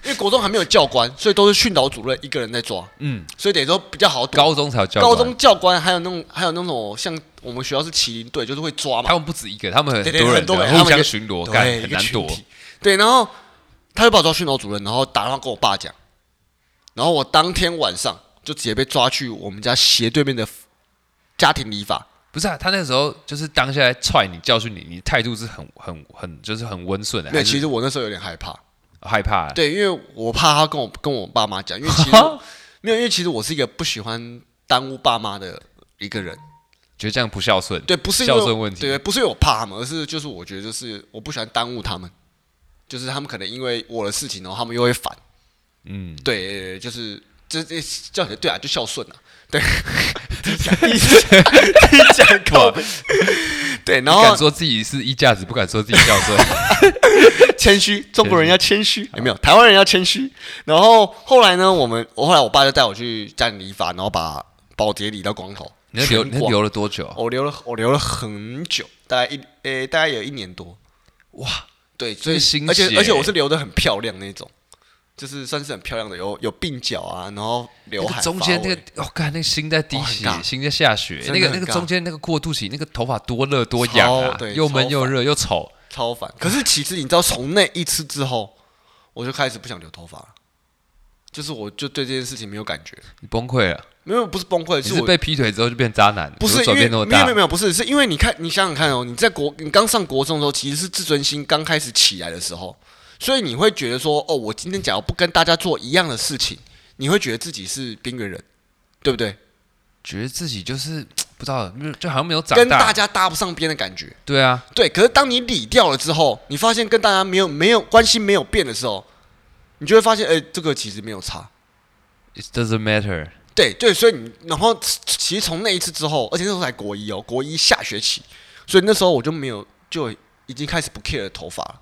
因为国中还没有教官，所以都是训导主任一个人在抓，嗯，所以等于说比较好躲。高中才有教高官中教官还有那种还有那种像我们学校是麒麟队，就是会抓嘛他，们不止一个，他们很对多对，人很多的人他们互一相个巡逻，对干一很个难群躲。体对，然后他就把我抓训导主任，然后打电话跟我爸讲，然后我当天晚上就直接被抓去我们家斜对面的家庭理发。不是啊，他那时候就是当下来踹你、教训你，你态度是很很很，就是很温顺的，没有，还是其实我那时候有点害怕，害怕的。对，因为我怕他跟我跟我爸妈讲，因为 (laughs) 其实我没有，因为其实我是一个不喜欢耽误爸妈的一个人。觉得这样不孝顺，对，不是因孝为顺问题对，不是因为我怕他们，而是就是我觉得就是我不喜欢耽误他们，就是他们可能因为我的事情，然后他们又会烦。嗯，对，就是这这叫对啊，就孝顺啊， (laughs) 对，自己讲自己讲自己讲 (laughs) 够，对，然不敢后说自己是衣架子，不敢说自己孝 (laughs) 顺，谦虚，中国人要谦虚，有没有？台湾人要谦虚。然后后来呢，我们我后来我爸就带我去家里理发，然后把把我直接理到光头，你那留全你那光留了多久啊？我留了我留了很久，大概一诶、大概有一年多，哇，对，所以新而且血欸而且我是留的很漂亮那种。就是算是很漂亮的，有有鬓角啊，然后刘那海个、中间发那尾个，我看、那个心在滴哦很血，尬心在下雪，真那的个很那个尬中间那个过渡期，那个头发多热多痒啊超，对又闷超又热又丑，超烦。可是其实你知道，从那一次之后，我就开始不想留头发了，就是我就对这件事情没有感觉，你崩溃了。没有不是崩溃，你是是我被劈腿之后就变渣男，不怎么是因转为没变那有没有么大没？有不是，是因为你看你想想看哦，你在国你刚上国中的时候，其实是自尊心刚开始起来的时候，所以你会觉得说，哦，我今天假如不跟大家做一样的事情，你会觉得自己是边缘人，对不对？觉得自己就是不知道，就就好像没有长跟大大。家搭不上边的感觉。对啊，对，可是当你理掉了之后，你发现跟大家没有没有关系没有变的时候，你就会发现，哎、这个其实没有差。 It doesn't matter。对对，所以你然后其实从那一次之后，而且那时候才国一哦，国一下学期，所以那时候我就没有就已经开始不 care 头发了。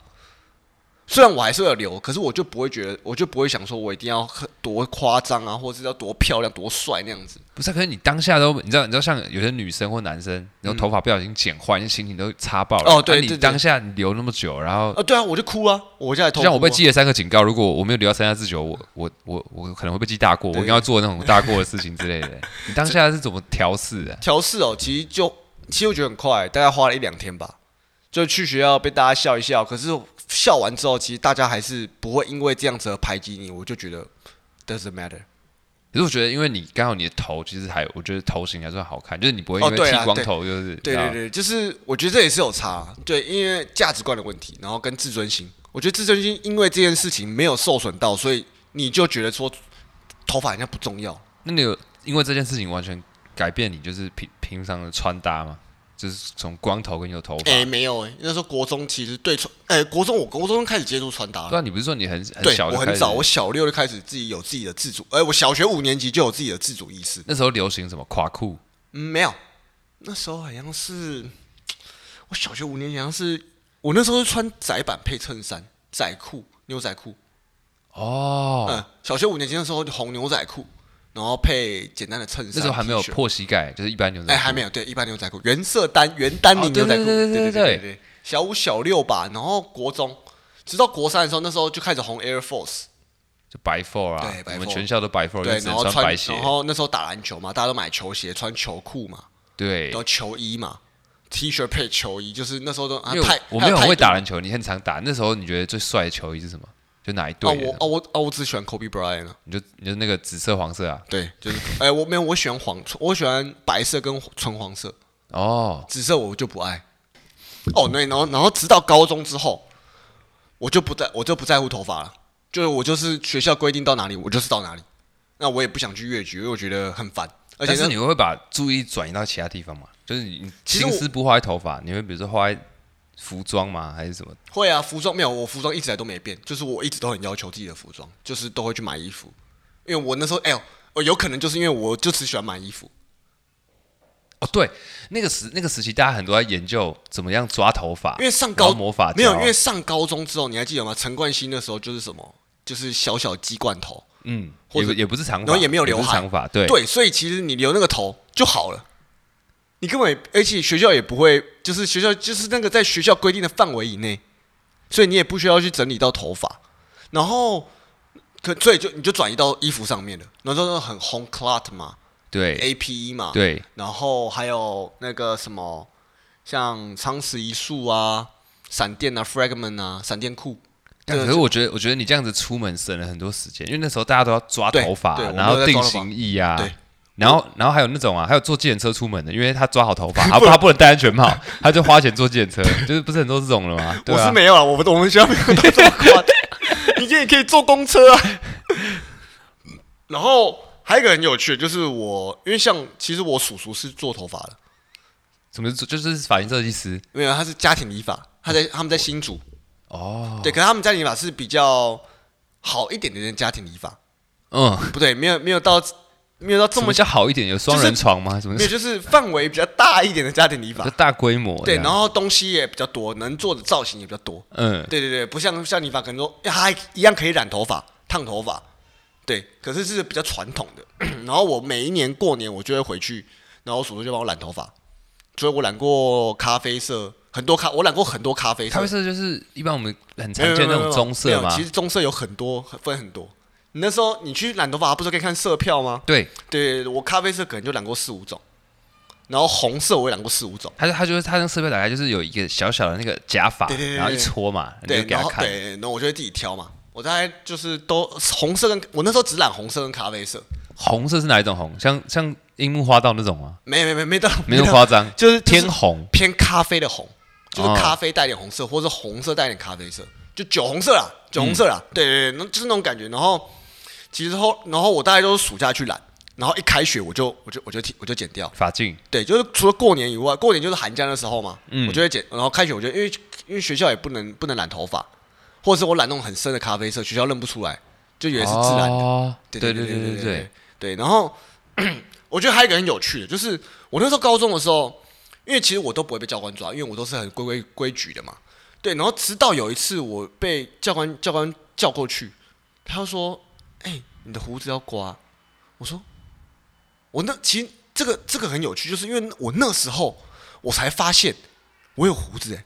虽然我还是要留，可是我就不会觉得，我就不会想说我一定要很多夸张啊，或者是要多漂亮、多帅那样子。不是啊、可是你当下都你知道，你知道像有些女生或男生，然后头发不小心剪坏，那心情都擦爆了。嗯哦对啊对你对当下你留那么久，然后啊，对啊，我就哭啊，我现在头就像我被哭啊记了三个警告，如果我没有留到三加四九，我我我我可能会被记大过，我对应该要做那种大过的事情之类的。 (laughs) 你当下是怎么调试的？调试哦，其实就其实我觉得很快，大概花了一两天吧，就去学校被大家笑一笑。可是笑完之后，其实大家还是不会因为这样子而排挤你，我就觉得 doesn't matter。可是我觉得，因为你刚好你的头其实还，我觉得头型还算好看，就是你不会哦因为对啊剃光对头就对是、你知对道对，就是我觉得这也是有差，对，因为价值观的问题，然后跟自尊心，我觉得自尊心因为这件事情没有受损到，所以你就觉得说头发好像不重要。那你有因为这件事情完全改变你就是平平常的穿搭吗？就是从光头跟有头发，哎、没有哎、那时候国中其实对穿，哎、国中我国中开始接触穿搭了对。啊，你不是说你很很对，小就我开很始早，我小六就开始自己有自己的自主，哎、我小学五年级就有自己的自主意识。那时候流行什么垮裤，嗯，没有，那时候好像是我小学五年级，好像是我那时候是穿窄版配衬衫、窄裤、牛仔裤。哦，嗯，小学五年级那时候红牛仔裤，然后配简单的衬衫。那时候还没有啊 T 恤，破膝盖，就是一般牛仔哎、裤，还没有，对，一般牛仔裤，原色单原单哦领对牛仔裤，对对对对对对对对。小五小六吧，然后国中，直到国三的时候，那时候就开始红 Air Force。就白 four 啊对，白我们 four 全校都白 four，就对，只然能后白鞋，然后那时候打篮球嘛，大家都买球鞋，穿球裤嘛，对然，后球衣嘛，T 恤配球衣，就是那时候都啊因为派，我我没有还很派会打篮球，你很常打，那时候你觉得最帅的球衣是什么？就哪一队哦，的？我哦我哦我只喜欢 Kobe Bryant 啊，你就你就那个紫色黄色啊，对，就是哎、我没有我喜欢黄，我喜欢白色跟纯黄色，哦，紫色我就不爱。哦，那然后然后直到高中之后，我就不在我就不在乎头发了，就是我就是学校规定到哪里我就是到哪里，那我也不想去越局，因为我觉得很烦，而且但那是你会把注意转移到其他地方嘛？就是你你其实心我思不花在头发，你会比如说花在服装吗？还是什么？会啊，服装没有，我服装一直以来都没变，就是我一直都很要求自己的服装，就是都会去买衣服，因为我那时候哎呦，我有可能就是因为我就只喜欢买衣服，哦，对，那个时那个时期，大家很多在研究怎么样抓头发，因为上高然后魔法哦没有，胶因为上高中之后你还记得吗？陈冠希那时候就是什么，就是小小鸡罐头，嗯，或也者不也不是长发，然后也没有不是刘海长发，对对，所以其实你留那个头就好了，你根本也而且学校也不会，就是学校就是那个在学校规定的范围以内，所以你也不需要去整理到头发，然后可所以就你就转移到衣服上面了，然后就很红 clot 嘛对，A P E 嘛，对，然后还有那个什么，像苍石一树啊、闪电啊、Fragment 啊、闪电裤，但这可个是我觉得，我觉得你这样子出门省了很多时间，因为那时候大家都要抓对头发对我，们然都后在抓定头发型衣啊对，然后然后还有那种啊，还有坐计程车出门的，因为他抓好头 (laughs) 发，啊不他不能戴安全帽，他就花钱坐计程车， (laughs) 就是不是很多这种了吗？对我是啊，没有啊，我们我们学校没有到这么夸张，你也可以坐公车啊。 (laughs) 然后还有一个很有趣的，就是我因为像其实我叔叔是做头发的，什么就是发型设计师没有他是家庭理发，他在他们在新竹，哦，对，可是他们家庭理发是比较好一点点的家庭理发，嗯，不对，没有没有到没有到这什么么叫好一点？有双人床吗？什么没有就是范围比较大一点的家庭理发就，大规模 (laughs) 对，啊这样然后东西也比较多，能做的造型也比较多。嗯，对对对，不像像理发，可能说哎还一样可以染头发、烫头发，对，可是是比较传统的。 (coughs) 然后我每一年过年我就会回去，然后叔叔就帮我染头发，所以我染过咖啡色，很多咖，我染过很多咖啡色，咖啡色就是一般我们很常没有见没那有种棕没有色没有嘛其，实棕色有很多分很多。你那时候你去染头发，不是可以看色票吗？对，对我咖啡色可能就染过四五种，然后红色我也染过四五种。它就它就是它那色票打开就是有一个小小的那个假发，对对对对然后一搓嘛，你对，就给然他后看，对，然后我就会自己挑嘛。我大概就是都红色跟我那时候只染红色跟咖啡色，红色是哪一种红？像像樱木花道那种吗？没没没没到没那么到夸张，就是偏就是红偏咖啡的红，就是哦咖啡带点红色，或者红色带点咖啡色，就酒红色啦，酒红色嗯啦，对对对，那就是那种感觉。然后其实后，然后我大概都是暑假去染，然后一开学我就我就我就剃我就剪掉。法镜，对，就是除了过年以外，过年就是寒假的时候嘛，我就会剪。然后开学我就因为因为学校也不能不能染头发，或者是我染那种很深的咖啡色，学校认不出来，就以为是自然的。哦对对对对对对对，对。然后 (clears throat) 我觉得还有一个很有趣的，就是我那时候高中的时候，因为其实我都不会被教官抓，因为我都是很规规规矩的嘛。对，然后直到有一次我被教官教官叫过去，他就说：“哎、你的胡子要刮。”我说：“我那其实这个这个很有趣，就是因为我那时候我才发现我有胡子、哎，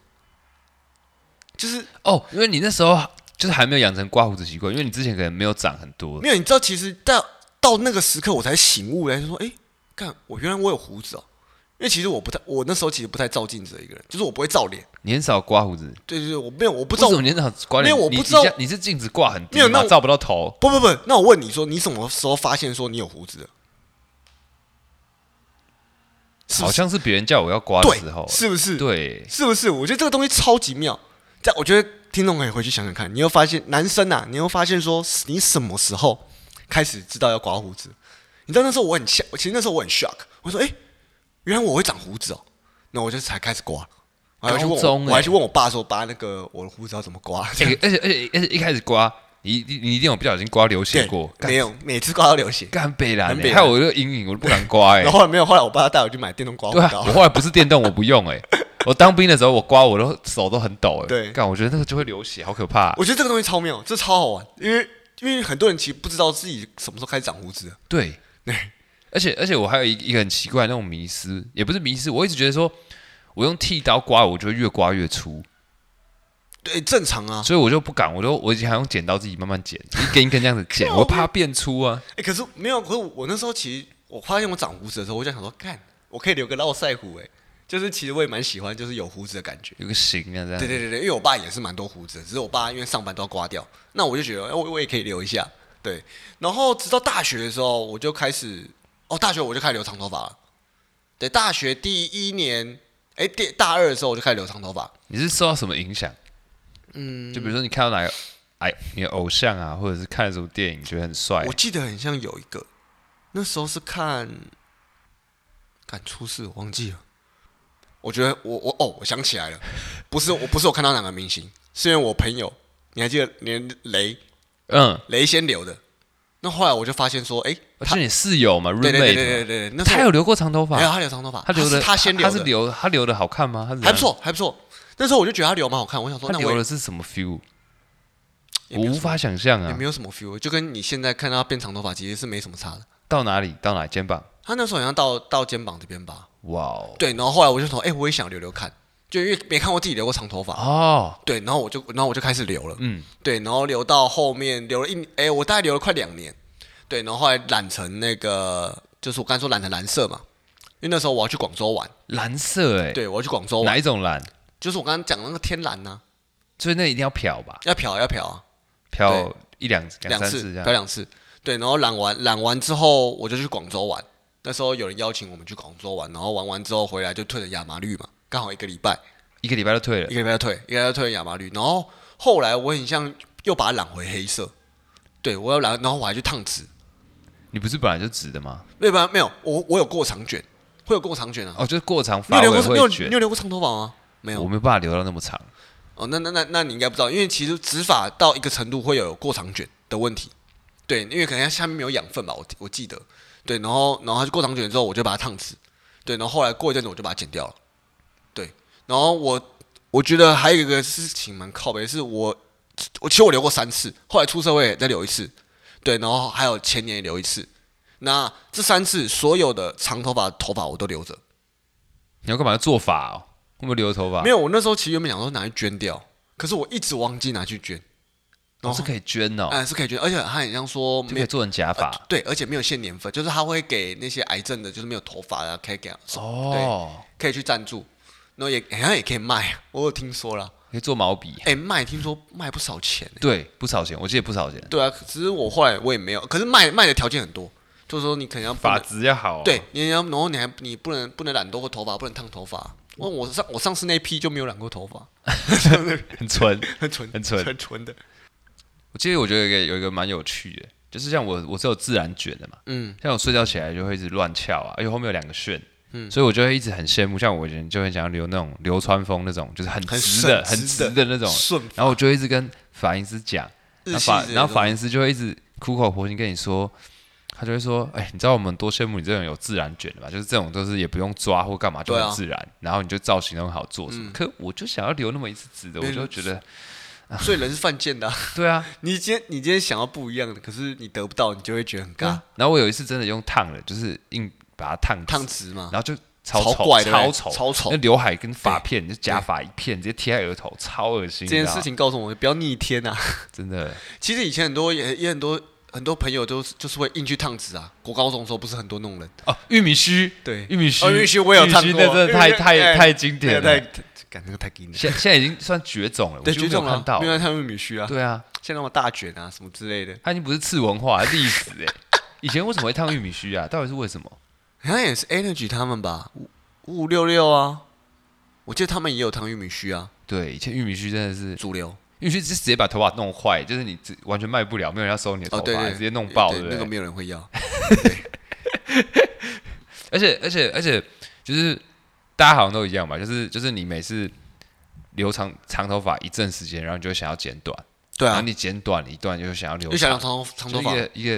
就是哦，因为你那时候就是还没有养成刮胡子习惯，因为你之前可能没有长很多。没有，你知道，其实到到那个时刻，我才醒悟来，就说，哎，看我原来我有胡子哦，因为其实我不太，我那时候其实不太照镜子的一个人，就是我不会照脸，你很少刮胡子，对对对，我没有，我不不照，怎么你很少刮脸？没有我你不知道你家你是镜子挂很低没有那嘛，我照不到头。不不不，那我问你说，你什么时候发现说你有胡子的？是不好是像是别人叫我要刮的时候对，，是不是？对，是不是？我觉得这个东西超级妙，这样我觉得听众可以回去想想看，你又发现男生啊，你又发现说你什么时候开始知道要刮胡子？你知道那时候我很吓，其实那时候我很 shock，我说哎、诶原来我会长胡子哦，那我就才开始刮。我还去问高我，中欸我还去问我爸说，爸，那个我的胡子要怎么刮？哎而且而且而且一开始刮，你你你一定有不小心刮流血 (laughs) 对过，，干没有，每次刮都流血。干北啦很北，蓝害我这个阴影，我都不敢 (laughs) 刮哎然后。后来没有，后来我爸带我去买电动刮胡对啊，刀我。后来不是电动，我 (laughs) 不用哎。我当兵的时候，我刮我都手都很抖哎。对干我觉得那个就会流血，好可怕啊。我觉得这个东西超妙，这超好玩，因为因为很多人其实不知道自己什么时候开始长胡子的。对， (laughs) 对而且而且我还有一一个很奇怪的那种迷思，也不是迷思，我一直觉得说，我用剃刀刮，我就会越刮越粗，对，正常啊。所以我就不敢，我都我以前还用剪刀自己慢慢剪，一根一根这样子 (laughs) 剪，我怕变粗啊。哎、可是没有，可是我那时候其实我发现我长胡子的时候，我就想说，干，我可以留个络腮胡、哎，就是其实我也蛮喜欢，就是有胡子的感觉。有个型啊，这样对对对对，因为我爸也是蛮多胡子的，只是我爸因为上班都要刮掉，那我就觉得，哎、我我也可以留一下。对，然后直到大学的时候，我就开始，哦，大学我就开始留长头发了。对，大学第一年，哎、第大二的时候我就开始留长头发。你是受到什么影响？嗯，就比如说你看到哪个哎你的偶像啊，或者是看了什么电影觉得很帅我，记得很像有一个，那时候是看，看出事，我忘记了。我觉得我我哦，我想起来了，不是我不是我看到哪个明星，是因为我朋友，你还记得连雷嗯，雷先留的，那后来我就发现说，哎、而且你室友嘛对对对对，roommate，对对，对那时候他有留过长头发没，有他留长头发，他留是的他先留他是的，留他留的好看吗？他是怎还样不，错还不错。那时候我就觉得他留蛮好看，我想说他那我留也的是什么 feel？也我没有什无么法想象也啊没，有什么 feel，就跟你现在看他变长头发其实是没什么差的。到哪里到哪肩膀，他那时候好像到到肩膀这边吧，哇哦，对，然后后来我就说，哎、我也想留留看，就因为没看过自己留过长头发，哦，对，然后我就然后我就开始留了，嗯，对，然后留到后面留了一，哎、我大概留了快两年，对，然后后来染成那个，就是我刚才说染成蓝色嘛，因为那时候我要去广州玩，蓝色哎，对我要去广州玩，哪一种蓝？就是我刚刚讲的那个天蓝呐、所以那一定要漂吧，要漂要漂啊，漂一两两两三次次这漂样，两次，对，然后染完染完之后我就去广州玩，那时候有人邀请我们去广州玩，然后玩完之后回来就退了亚麻绿嘛，刚好一个礼拜。一个礼拜就退了一。个礼拜就退，一个礼拜就退亚麻绿。然后后来我很像又把它染回黑色，对我要染，然后我还去烫直。你不是本来就直的吗？对吧？没有，我我有过长卷，会有过长卷啊。哦，就是过长你发有留尾过你有会你卷，有留过长头发吗？没有我。没有办法留到那么长。哦，那那那那你应该不知道，因为其实直发到一个程度会有过长卷的问题。对，因为可能它下面没有养分吧，我我记得。对，然后然后它就过长卷之后，我就把它烫直。对，然后后来过一阵子我就把它剪掉了。对，然后我我觉得还有一个事情蛮靠背，是我我其实我留过三次，后来出社会也再留一次。对，然后还有前年也留一次。那这三次所有的长头发头发我都留着，你要干嘛？做法哦，会不会留头发？没有。我那时候其实原本想说拿去捐掉，可是我一直忘记拿去捐。哦，是可以捐哦，哎、是可以捐，而且他很像说就没可以有呃做成假发对，而且没有限年份，就是他会给那些癌症的，就是没有头发的啊，可以给他送哦，可以去赞助，然后也好像也可以卖，我有听说了，可以做毛笔。哎、卖听说卖不少钱、欸，对，不少钱，我记得不少钱。对啊，只是我后来我也没有，可是卖卖的条件很多，就是说你可能要不发能质要好、哦，对，你要然后你还你不能不能染多过头发，不能烫头发，我我上我上次那批就没有染过头发，很纯。很纯很纯很纯的。 (laughs) 我记得我觉得有一个有一个蛮有趣的，就是像我我是有自然卷的嘛，嗯，像我睡觉起来就会一直乱翘啊，而且后面有两个旋，嗯，所以我就会一直很羡慕，像我以前就很想要留那种流川枫那种，就是很很直的、很很直直的的那种，顺然后我就一直跟法医师讲，日那系法的然后那法种医师就会一直苦口婆心跟你说，他就会说，哎、你知道我们多羡慕你这种有自然卷的吧？就是这种都是也不用抓或干嘛就对很啊嗯自然，然后你就造型都很好做什么。可我就想要留那么一次直的，我对就觉得所以人是犯贱的啊、 (laughs) 对啊。你今天你今天想要不一样的，可是你得不到，你就会觉得很尬，然后我有一次真的用烫的，就是硬把它烫嗯烫直嘛然。后就超超丑，怪的超嘞丑，超丑那刘海跟发片，就假发一片，直接贴在额头，超恶心。这件你知啊道事吗情告诉我们不要逆天啊！ (laughs) 真的，其实以前很多也也很多很多朋友都是就是会硬去烫直啊。国高中的时候不是很多那种人，哦，玉米须，对玉米须，哦玉米须我有烫过玉米须那真的太玉米须太哎太经典那个了。太，感那个太硬了。现现在已经算绝种了，我对，几就乎这种没有看啊到，没。有看玉米须啊，对啊，像那种大卷啊什么之类的，它已经不是次文化，它历史 (laughs) 哎。以前为什么会烫玉米须啊？到底是为什么？好像也是 Energy 他们吧，五五五六六啊，我记得他们也有烫玉米须啊，对，以前玉米须真的是，主流玉米须是直接把头发弄坏，就是你只完全卖不了，没有人要收你的头哦，发，对对，直接弄爆，对对不那对个？没有人会要，而且而且而且，就是大家好像都一样吧，就是就是你每次留长长头发一阵时间，然后你就会想要剪短，对 (laughs) 然后啊，你剪短了一段，又想要留又长，想要长头长就头一发，个一个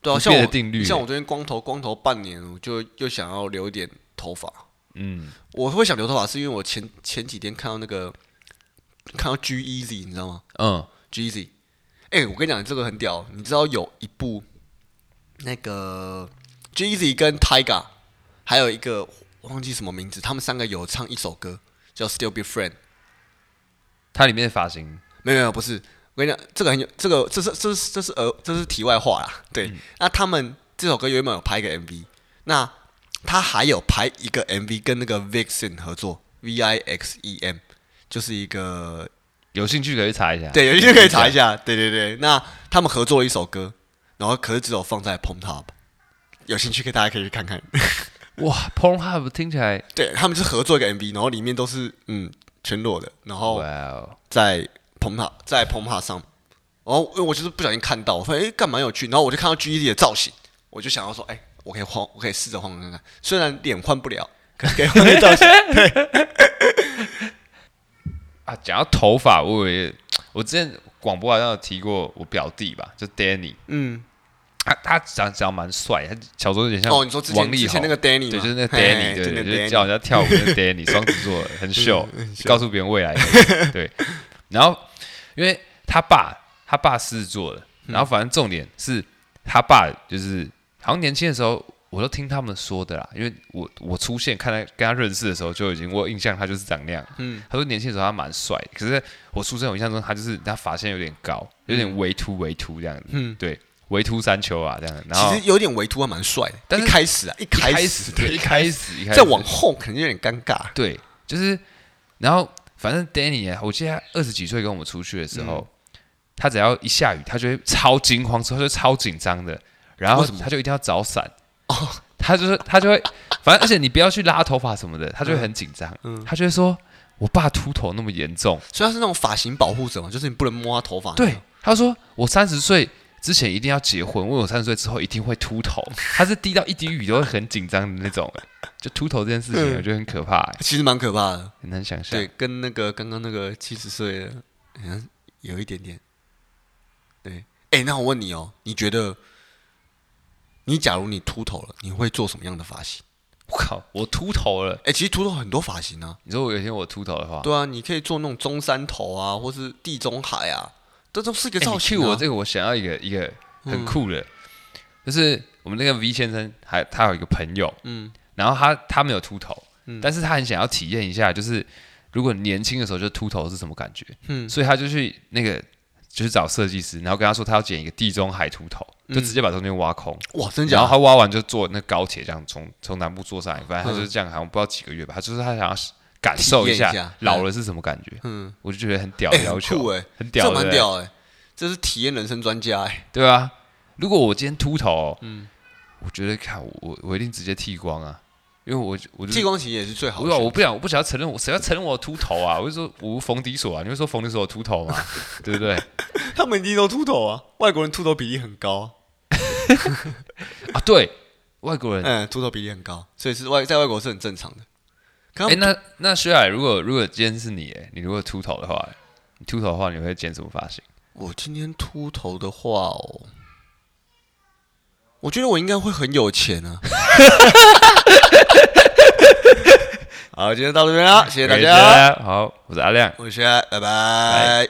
对啊，不像变我的定律像我这边光头光头半年，我就又想要留一点头发。嗯，我会想留头发，是因为我前前几天看到那个看到 G Easy，你知道吗嗯， ？G Easy，哎、我跟你讲，这个很屌，你知道有一部那个 G Easy 跟 Tiger，还有一个我忘记什么名字，他们三个有唱一首歌叫《Still Be Friend》。它里面的发型没有没有，不是，我跟你讲，这个很有这个这是这是这是呃这是题外话啦。对，那他们这首歌原本有拍一个 MV，那他还有拍一个 MV 跟那个 Vixen 合作，V I X E M，就是一个有兴趣可以去查一下，对，有些可以查一下，啊对对对。那他们合作了一首歌，然后可是只有放在 p o m Top，有兴趣可以大家可以去看看。哇，Pornhub 听起来对他们是合作一个 MV，然后里面都是嗯全裸的，然后哇哦，在蓬塔在蓬塔上，然后因为我就是不小心看到，我发现哎干蛮有趣，然后我就看到 G E 的造型，我就想要说哎、我可以换，我可以试着换看看，虽然脸换不了，可是可以换个 (laughs) 造型。啊，讲到头发，我以为我之前广播好像有提过我表弟吧，就 Danny，嗯，他他长长得蛮帅，他小时候有点像哦，你说之王前力之前那宏个 Danny 对，嘛就是那个嘿 Danny，就那对，就个是 Danny 教人家跳舞那 (laughs) 个 Danny，双子座的很秀，告诉别人未来的，对。然后因为他爸，他爸狮子座的，然嗯后反正重点是他爸就是好像年轻的时候。我都听他们说的啦，因为我我出现看他跟他认识的时候就已经我有印象他就是长那样。嗯，他说年轻的时候他蛮帅的，可是我出生我印象中他就是他发线有点高，嗯有点微凸微凸这样子。嗯，对，微凸山丘啊这样。然后其实有点微凸还蛮帅的，但但是一开始啊，一一开开始始对一开始一开始再往后可能有点尴尬。对，就是，然后反正 Danny 啊，我记得他二十几岁跟我们出去的时候，嗯他只要一下雨，他就会超惊慌，他就超紧张的，然后为什么他就一定要找伞。哦，他就是他就会，反正而且你不要去拉头发什么的，嗯他就会很紧张，他就会说。我爸秃头那么严重，所以他是那种发型保护者嘛，就是你不能摸他头发。对，他说我三十岁之前一定要结婚，因为我三十岁之后一定会秃头。他是滴到一滴雨都会很紧张的那种，就秃头这件事情，嗯我觉得很可怕、欸，其实蛮可怕的。很难想象。对，跟那个刚刚那个七十岁的，好像有一点点。对，哎，那我问你哦，你觉得，你假如你秃头了，你会做什么样的发型？我靠，我秃头了。哎，其实秃头很多发型啊。你说我有一天我秃头的话，对啊，你可以做那种中山头啊，或是地中海啊，这都是一个欸你造型 cue 啊。嗯我这个，我想要一个一个很酷的，就是我们那个 V 先生，还他有一个朋友，嗯然后他他没有秃头，但是他很想要体验一下，就是如果年轻的时候就秃头是什么感觉，嗯所以他就去那个就是找设计师，然后跟他说他要剪一个地中海秃头，就直接把中间挖空，哇，嗯真然假后的？他挖完就坐那高铁这样从从南部坐上来，反嗯正他就是这样，好像不知道几个月吧，他就是他想要感受体验一下老了是什么感觉，嗯，我就觉得很屌的哎，要很求酷，哎，很屌，这对不蛮对屌哎，这是体验人生专家哎。对啊，如果我今天秃头，嗯，我觉得看我我一定直接剃光啊，因为我我就剃光头也是最好我的说选我择。不想，我不想要承认我，谁要承认我秃头啊？我就说我无缝底锁啊，你会说缝底锁有秃头吗？ (laughs) 对不对？他们一定都秃头啊，外国人秃头比例很高啊。啊，对，外国人。嗯，秃头比例很高，所以是外在外国是很正常的。可哎、他们那那薛海，如果如果今天是你，哎，你如果秃头的话，你秃头的话，你会剪什么发型？我今天秃头的话哦，我觉得我应该会很有钱啊。 (laughs) 好，今天到这边啦，谢谢大啊感谢家，好，我是阿亮。我是薛爱，拜拜